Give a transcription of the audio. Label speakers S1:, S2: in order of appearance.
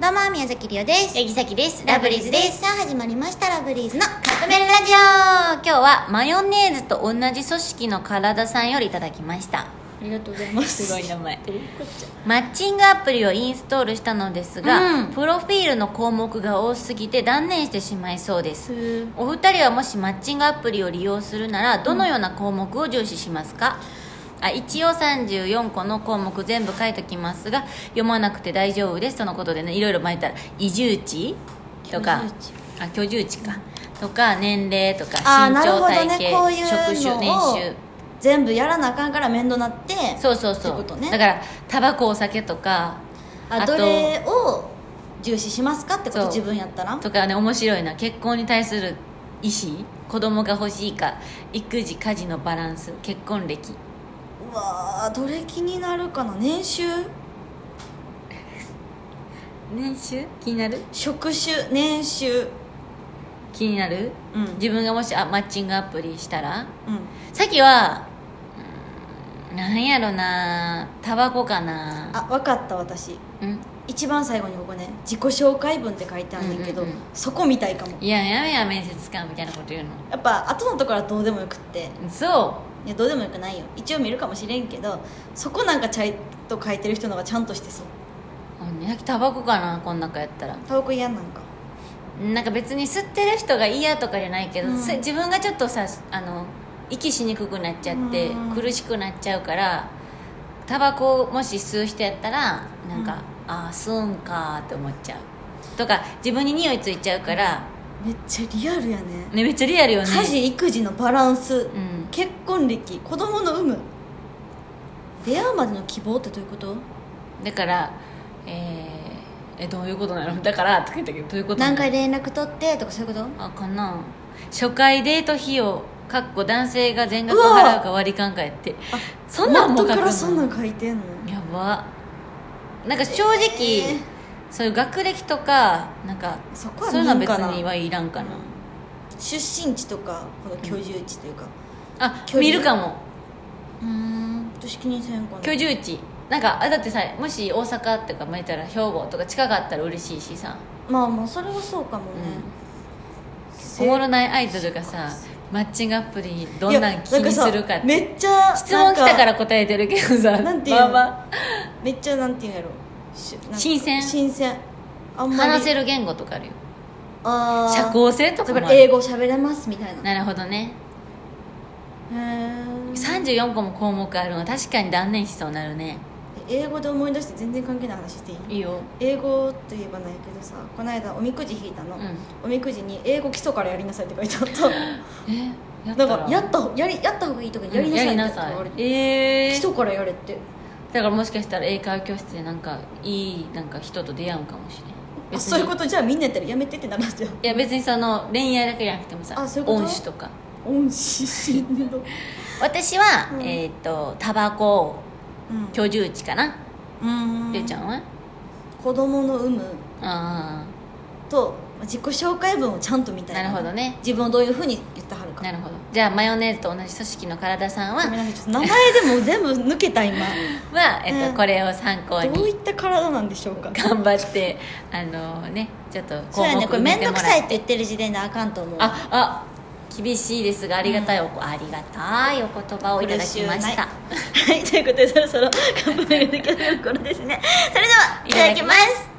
S1: どうも宮崎りおです
S2: 八木崎です
S1: ラブリーズですさあ始まりましたラブリーズのカップ麺ラジ
S2: 今日はマヨネーズと同じ組織の体さんよりいただきました
S3: ありがとうございます。
S2: すごい名前
S3: どういうこっちゃ。
S2: マッチングアプリをインストールしたのですが、
S1: うん
S2: プロフィールの項目が多すぎて断念してしまいそうです
S3: す
S2: お二人はもしマッチングアプリを利用するならどのような項目を重視しますか、あ一応34個の項目全部書いときますが読まなくて大丈夫ですとのことでねいろいろ巻いたら移住地とかあ居住地かとか年齢とか
S1: あー
S2: 身
S1: なるほど
S2: 長
S1: ね
S2: 体
S1: こういう
S2: 型、職種年
S1: のを
S2: 収
S1: オ全部やらなあかんから面倒なって
S2: そうそうそ
S1: っ
S2: う
S1: てことね
S2: だからタバコお酒とか
S1: あ
S2: あ
S1: ど
S2: と
S1: れを重視しますかってこ
S2: そ
S1: と
S2: う
S1: 自分やったら
S2: とかね面白いな結婚に対する意思子供が欲しいか育児家事のバランス結婚歴
S1: うわーどれ気になるかな年収
S2: 年収気になる
S1: 職種年収
S2: 気になる、
S1: うん
S2: 自分がもしあマッチングアプリしたら
S1: うん
S2: さっきはうーんなんやろなタバコかな
S1: あ分かった私
S2: うん
S1: 一番最後にここね自己紹介文って書いてあるんだけど、
S2: うんうんうん
S1: そこみたいかも
S2: いややめや面接官みたいなこと言うの
S1: やっぱ後のところはどうでもよくって
S2: そ
S1: いやどうでもよくないよ一応見るかもしれんけどそこなんかちゃんと書いてる人の方がちゃんとしてそう
S2: うあさっきタバコかなこん中やったら
S1: タバコ嫌なんか
S2: なんか別に吸ってる人が嫌とかじゃないけど、
S1: うん
S2: せ自分がちょっとさあの息しにくくなっちゃって、
S1: うん
S2: 苦しくなっちゃうからタバコをもし吸う人やったらなんか、ああ吸うんかーって思っちゃうとか自分に匂いついちゃうから、
S1: めっちゃリアルやね
S2: ね、めっちゃリアルよね
S1: 家事育児のバランス、
S2: うん
S1: 結婚歴子供の有無出会うまでの希望ってどういうこと
S2: だからえーえどういうことなのだからとか言ったけどどういうことな
S1: 何
S2: の
S1: 回連絡取ってとかそういうこと
S2: あかな初回デート費用かっこ男性が全額払うか割り勘かやってそんなんも
S1: 元
S2: 書く
S1: から
S2: の
S1: そんなん書いてんの
S2: やばなんか正直、
S1: えー
S2: そういう学歴とかなんか
S1: そこは
S2: そういうのは
S1: 見ん
S2: 別
S1: かな
S2: にはいらんかな、
S1: 出身地とかこの居住地というか
S2: あ
S1: 距離
S2: 見るかも
S1: うん私気にせんかな
S2: 居住地なんかあだってさもし大阪ってかまいたら兵庫とか近かったら嬉しいしさ、
S1: まあまあそれはそうかもね、
S2: おもろないアイドルがさマッチングアプリどんなん気
S1: いや
S2: に
S1: かさ
S2: するかって
S1: めっちゃ
S2: 質問来たからら答えてるけどさ
S1: なんていうの
S2: まあ
S1: めっちゃなんていうんやろしなんか
S2: 新鮮
S1: 新鮮あん
S2: まあ
S1: まり
S2: 話せる言語とかあるよ
S1: あー
S2: 社交性とか
S1: だ
S2: も
S1: か
S2: ある
S1: ら英語喋れますみたいなへ
S2: なるほどね
S1: ー
S2: 34個も項目あるの確かに断念しそうになるね
S1: 英語で思い出して全然関係ない話していい
S2: いいよ
S1: 英語といえばないけどさこの間おみくじ引いたの、
S2: うん
S1: おみくじに「英語基礎からやりなさい」って書いてあっ
S2: え やったたら
S1: なんかやったほやりやった方がいいとか
S2: うん
S1: やりなさい
S2: や
S1: って
S2: りな
S1: 言
S2: さい
S1: われて、
S2: え
S1: 基
S2: ー
S1: 礎からやれって
S2: だからもしかしたら英会話教室でなんかいいなんか人と出会うかもしれない
S1: あそういう
S2: と
S1: ことじゃあみんなやったらやめてってならんじゃん
S2: いや別にその恋愛だけじゃなくてもさ
S1: あそういうこと
S2: 恩師とか
S1: 恩師しんど
S2: 私は、
S1: うん
S2: えっ、とタバコ
S1: うん
S2: 居住地かな、
S1: うん
S2: ゆうちゃんは
S1: 子供の有無
S2: あ
S1: と自己紹介文をちゃんと見た
S2: あ
S1: い
S2: なるほどね
S1: 自分をどういうふうに言ってはるか
S2: なるほどじゃあマヨネーズと同じ組織の体さんは
S1: ごめんなさいちょっと名前でも全部抜けた 今
S2: は、えっと
S1: うん
S2: これを参考
S1: どうい
S2: に
S1: った体なんでしょうか
S2: 頑張ってあのねちょっと
S1: そうやねこれ
S2: 見て
S1: 面
S2: もら
S1: 倒く
S2: って
S1: さいって言ってる時点であかんと思う
S2: ああ厳しいですがありがたいお、ありがたいお言葉をいただきま
S1: 苦しゅう
S2: し
S1: ない
S2: た
S1: はいということでそろそろカップ麺ができる頃ですねそれではいただきます